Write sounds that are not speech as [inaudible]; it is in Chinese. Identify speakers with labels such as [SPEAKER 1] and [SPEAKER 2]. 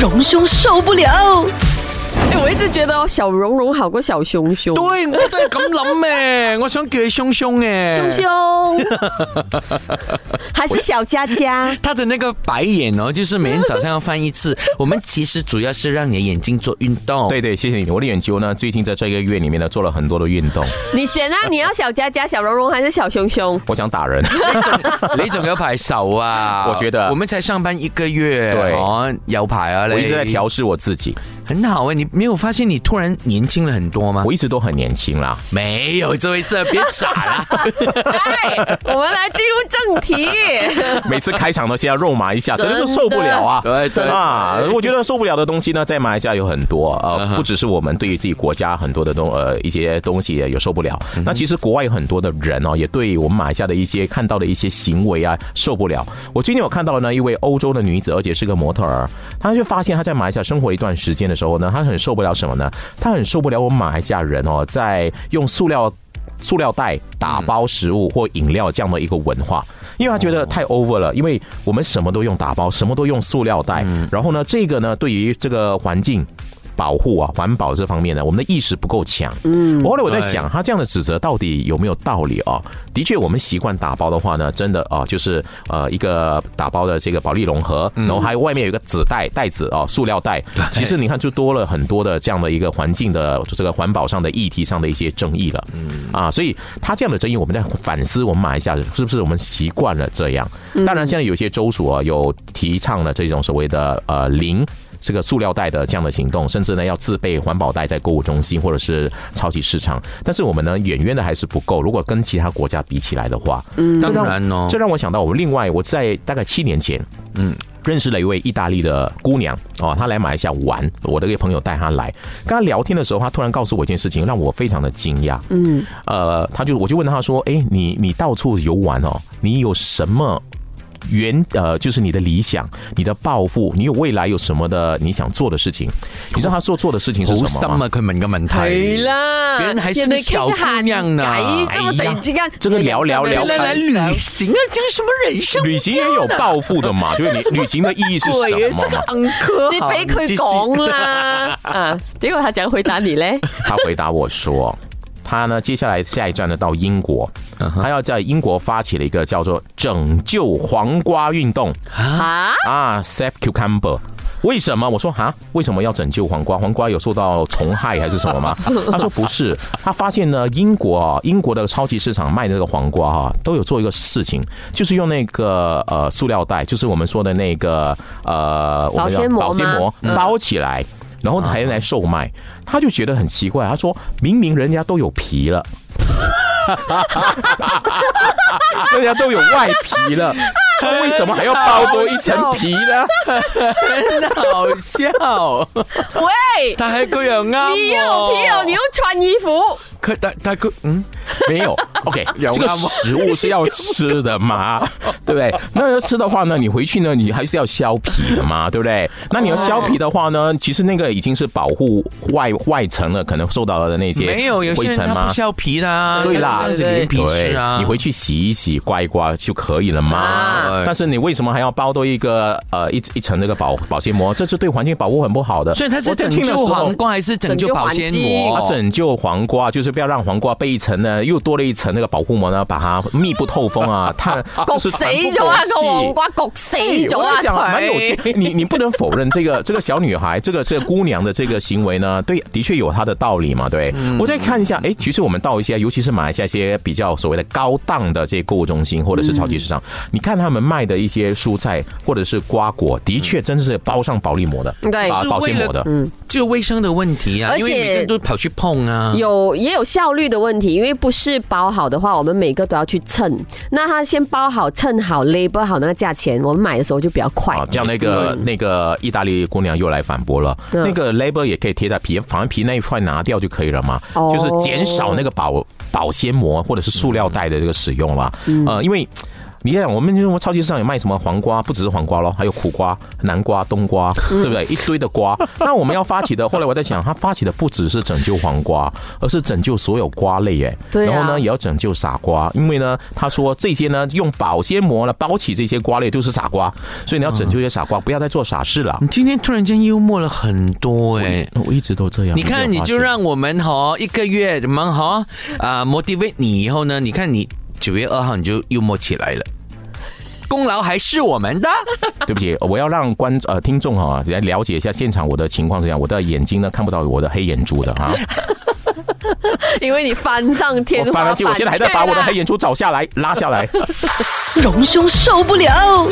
[SPEAKER 1] 荣兄受不了。
[SPEAKER 2] 哎，我一直觉得小蓉蓉好过小熊熊。
[SPEAKER 3] 對，我都係咁諗嘅，我想叫佢凶凶嘅。
[SPEAKER 2] 熊熊，还是小佳佳？
[SPEAKER 3] 他的那个白眼哦，就是每天早上要翻一次。我们其实主要是让你的眼睛做运动。
[SPEAKER 4] 对对，谢谢你。我的眼球呢，最近在这个月里面呢，做了很多的运动。
[SPEAKER 2] 你选啊！你要小佳佳、小蓉蓉还是小熊熊？
[SPEAKER 4] 我想打人，
[SPEAKER 3] 你仲有排手啊？
[SPEAKER 4] 我觉得
[SPEAKER 3] 我们才上班一个月，
[SPEAKER 4] 对
[SPEAKER 3] 哦，有排啊，
[SPEAKER 4] 我一直在
[SPEAKER 3] 你
[SPEAKER 4] 调试我自己，
[SPEAKER 3] 很好啊，你没有发现你突然年轻了很多吗
[SPEAKER 4] 我？一直都很年轻啦。
[SPEAKER 3] 没有这回事啊，别傻了。
[SPEAKER 2] 哎，我们来进入正题。
[SPEAKER 4] 每次开场都先要肉麻一下，真
[SPEAKER 2] 真的
[SPEAKER 4] 的是受不了啊！
[SPEAKER 3] 对对
[SPEAKER 4] 啊，我觉得受不了的东西呢，在马来西亚有很多，
[SPEAKER 3] 嗯
[SPEAKER 4] 呃，不只是我们对于自己国家很多的东呃一些东西也受不了，
[SPEAKER 3] 嗯
[SPEAKER 4] 那其实国外有很多的人哦，也对我们马来西亚的一些看到的一些行为啊受不了。我最近有看到了呢一位欧洲的女子，而且是个模特儿，她就发现她在马来西亚生活一段时间的时候呢，她很受不了什么呢？她很受不了我们马来西亚人哦，在用塑料。塑料袋打包食物或饮料这样的一个文化，因为他觉得太 over 了，因为我们什么都用打包，什么都用塑料袋，然后呢，这个呢，对于这个环境。保护啊，环保这方面呢，我们的意识不够强。嗯，后来我在想，他这样的指责到底有没有道理啊？的确，我们习惯打包的话呢，真的啊，就是呃一个打包的这个保利龙盒，然后还有外面有一个纸袋袋子啊，塑料袋。其实你看，就多了很多的这样的一个环境的这个环保上的议题上的一些争议了。啊，所以他这样的争议，我们在反思我们马来西亚人是不是我们习惯了这样。当然，现在有些州属啊有提倡了这种所谓的呃零。这个塑料袋的这样的行动，甚至呢要自备环保袋在购物中心或者是超级市场。但是我们呢远远的还是不够，如果跟其他国家比起来的话，嗯，
[SPEAKER 3] 当然哦
[SPEAKER 4] 这让我想到我们另外我在大概七年前，
[SPEAKER 3] 嗯
[SPEAKER 4] 认识了一位意大利的姑娘哦，她来马来西亚玩，我的一个朋友带她来，跟她聊天的时候，她突然告诉我一件事情，让我非常的惊讶。嗯，呃，她就我就问她说，诶，你你到处游玩哦，你有什么？原呃，就是你的理想、你的抱负，你有未来有什么的你想做的事情？你知道她做做的事情是
[SPEAKER 3] 好
[SPEAKER 4] 什
[SPEAKER 3] 深
[SPEAKER 4] 么吗？
[SPEAKER 3] 啊，佢问嘅问
[SPEAKER 2] 系
[SPEAKER 3] 題。
[SPEAKER 2] 啦，
[SPEAKER 3] 原來是小姑娘啊
[SPEAKER 2] 哎，这么突然之间，哎
[SPEAKER 4] 真的聊聊聊
[SPEAKER 3] 來
[SPEAKER 2] 聊
[SPEAKER 3] 來旅行啊，这是什么人生？
[SPEAKER 4] 旅行也有抱负的
[SPEAKER 3] [laughs]
[SPEAKER 4] 嘛，就是你旅行的意义是 [laughs] 什
[SPEAKER 3] 鬼啊，
[SPEAKER 4] 么
[SPEAKER 3] 这个 [laughs]
[SPEAKER 4] 嘛？
[SPEAKER 3] uncle，
[SPEAKER 2] 你俾佢講啦，啊，结果他怎樣回答你咧？
[SPEAKER 4] 他回答我说， [laughs] 他呢接下来下一站呢到英国，他要在英国发起了一个叫做“拯救黄瓜运动
[SPEAKER 2] 啊，”
[SPEAKER 4] 啊，Save Cucumber。为什么？我说啊，为什么要拯救黄瓜？黄瓜有受到虫害还是什么
[SPEAKER 2] [laughs]
[SPEAKER 4] 吗？他说不是，他发现呢，英国啊，英国的超级市场卖的那个黄瓜啊，都有做一个事情，就是用那个呃塑料袋，就是我们说的那个呃我们叫
[SPEAKER 2] 保鲜膜吗嗯
[SPEAKER 4] 保鲜膜包起来，然后才来售卖。他就觉得很奇怪，他说明明人家都有
[SPEAKER 2] [laughs]
[SPEAKER 4] 皮了。人家都有外皮
[SPEAKER 2] [laughs]
[SPEAKER 4] 了，为什么还要包多一层皮呢？
[SPEAKER 3] 好笑。
[SPEAKER 2] 喂，
[SPEAKER 3] 但係佢又啱，
[SPEAKER 2] 你又皮哦，你又穿衣服，
[SPEAKER 3] 佢但但佢嗯，
[SPEAKER 4] 没有，OK，
[SPEAKER 3] [laughs] 有啊
[SPEAKER 4] 这个
[SPEAKER 3] 那么
[SPEAKER 4] 食物是要吃的嘛， [laughs] 对不对？那要吃的话呢，你回去呢，你还是要削皮的嘛，对不对？那你要削皮的话呢，其实那个已经是保护外外层了，可能受到的那些
[SPEAKER 3] 没有有些
[SPEAKER 4] 灰
[SPEAKER 3] 人
[SPEAKER 4] 尘
[SPEAKER 3] 他
[SPEAKER 4] 嘛
[SPEAKER 3] 不，削皮啦，
[SPEAKER 4] 对啦
[SPEAKER 3] 他就这样子连皮吃啊，
[SPEAKER 4] 你回去洗一洗，刮一刮就可以了嘛。
[SPEAKER 3] 啊
[SPEAKER 4] 但是你为什么还要包多一个呃一一层这个保保鲜膜？这是对环境保护很不好的。
[SPEAKER 3] 所以他是
[SPEAKER 4] 我在
[SPEAKER 3] 拯
[SPEAKER 4] 听的时
[SPEAKER 3] 救
[SPEAKER 4] 候
[SPEAKER 3] 皇瓜还是拯救保鲜
[SPEAKER 2] 哦
[SPEAKER 3] 膜？
[SPEAKER 4] 它拯救黄瓜，就是不要让黄瓜被一层呢，又多了一层那个保护膜呢，把它密不透风啊，它
[SPEAKER 2] 焗
[SPEAKER 4] 就是
[SPEAKER 2] 死
[SPEAKER 4] 喘不
[SPEAKER 2] 咗
[SPEAKER 4] 过
[SPEAKER 2] 啊
[SPEAKER 4] 气哎
[SPEAKER 2] 個黃瓜，焗死咗
[SPEAKER 4] 我
[SPEAKER 2] 啊
[SPEAKER 4] 在想，蛮有趣
[SPEAKER 2] 佢。。
[SPEAKER 4] 你你不能否认这个这个小女孩，这个这个姑娘的这个行为呢，对，的确有她的道理嘛。对，我再看一下，哎，其实我们到一些，尤其是马来西亚一些比较所谓的高档的这些购物中心或者是超级市场，你看他们卖的一些蔬菜或者是瓜果，的确真是包上保利膜的，
[SPEAKER 2] 对
[SPEAKER 4] 啊
[SPEAKER 3] 是
[SPEAKER 4] 保
[SPEAKER 3] 为
[SPEAKER 4] 鲜
[SPEAKER 3] 了嗯
[SPEAKER 4] 膜的。
[SPEAKER 3] 就卫生的问题
[SPEAKER 2] 嗯
[SPEAKER 3] 啊，
[SPEAKER 2] 而且
[SPEAKER 3] 因为每个人都跑去碰
[SPEAKER 1] 嗯
[SPEAKER 3] 啊，
[SPEAKER 2] 有也有效率的问题，因为不是包好的话，我们每个都要去称。那他先包好、称好、label 好那个价钱，我们买的时候就比较快。
[SPEAKER 4] 啊，这样那个那个意大利姑娘又来反驳了，
[SPEAKER 2] 嗯
[SPEAKER 4] 那个 label 也可以贴在皮，反正皮那一块拿掉就可以了嘛，
[SPEAKER 2] 哦嗯
[SPEAKER 4] 就是减少那个保保鲜膜或者是塑料袋的这个使用嘛，呃，因为。你想，我们就是超级市场有卖什么黄瓜，不只是黄瓜咯，还有苦瓜、南瓜、冬瓜，
[SPEAKER 2] 嗯
[SPEAKER 4] 对不对？一堆
[SPEAKER 2] [laughs]
[SPEAKER 4] 的瓜。那我们要发起的，后来我在想，他发起的不只是拯救黄瓜，而是拯救所有瓜类，哎，
[SPEAKER 2] 对啊
[SPEAKER 4] 然后呢，也要拯救傻瓜，因为呢，他说这些呢用保鲜膜呢包起这些瓜类就是傻瓜，所以你要拯救一些傻瓜，不要再做傻事了。
[SPEAKER 3] 你今天突然间幽默了很多哎、
[SPEAKER 4] 我一直都这样，
[SPEAKER 3] 你看，
[SPEAKER 4] 没
[SPEAKER 3] 你
[SPEAKER 4] 有发
[SPEAKER 3] 就
[SPEAKER 4] 现
[SPEAKER 3] 让我们哈一个月怎么哈啊 motivate 你以后呢？你看你九月二号你就幽默起来了，功劳还是我们的。
[SPEAKER 4] 对不起，我要让观呃听众哈、来了解一下现场我的情况是这样，我的眼睛呢看不到我的黑眼珠的
[SPEAKER 3] [laughs]
[SPEAKER 4] 啊，
[SPEAKER 2] [laughs] 因为你翻上天
[SPEAKER 4] 我
[SPEAKER 2] 花
[SPEAKER 4] 翻上
[SPEAKER 2] 板啊
[SPEAKER 4] 去，我现在还在把我的黑眼珠找下来拉下来。
[SPEAKER 1] 荣兄受不了。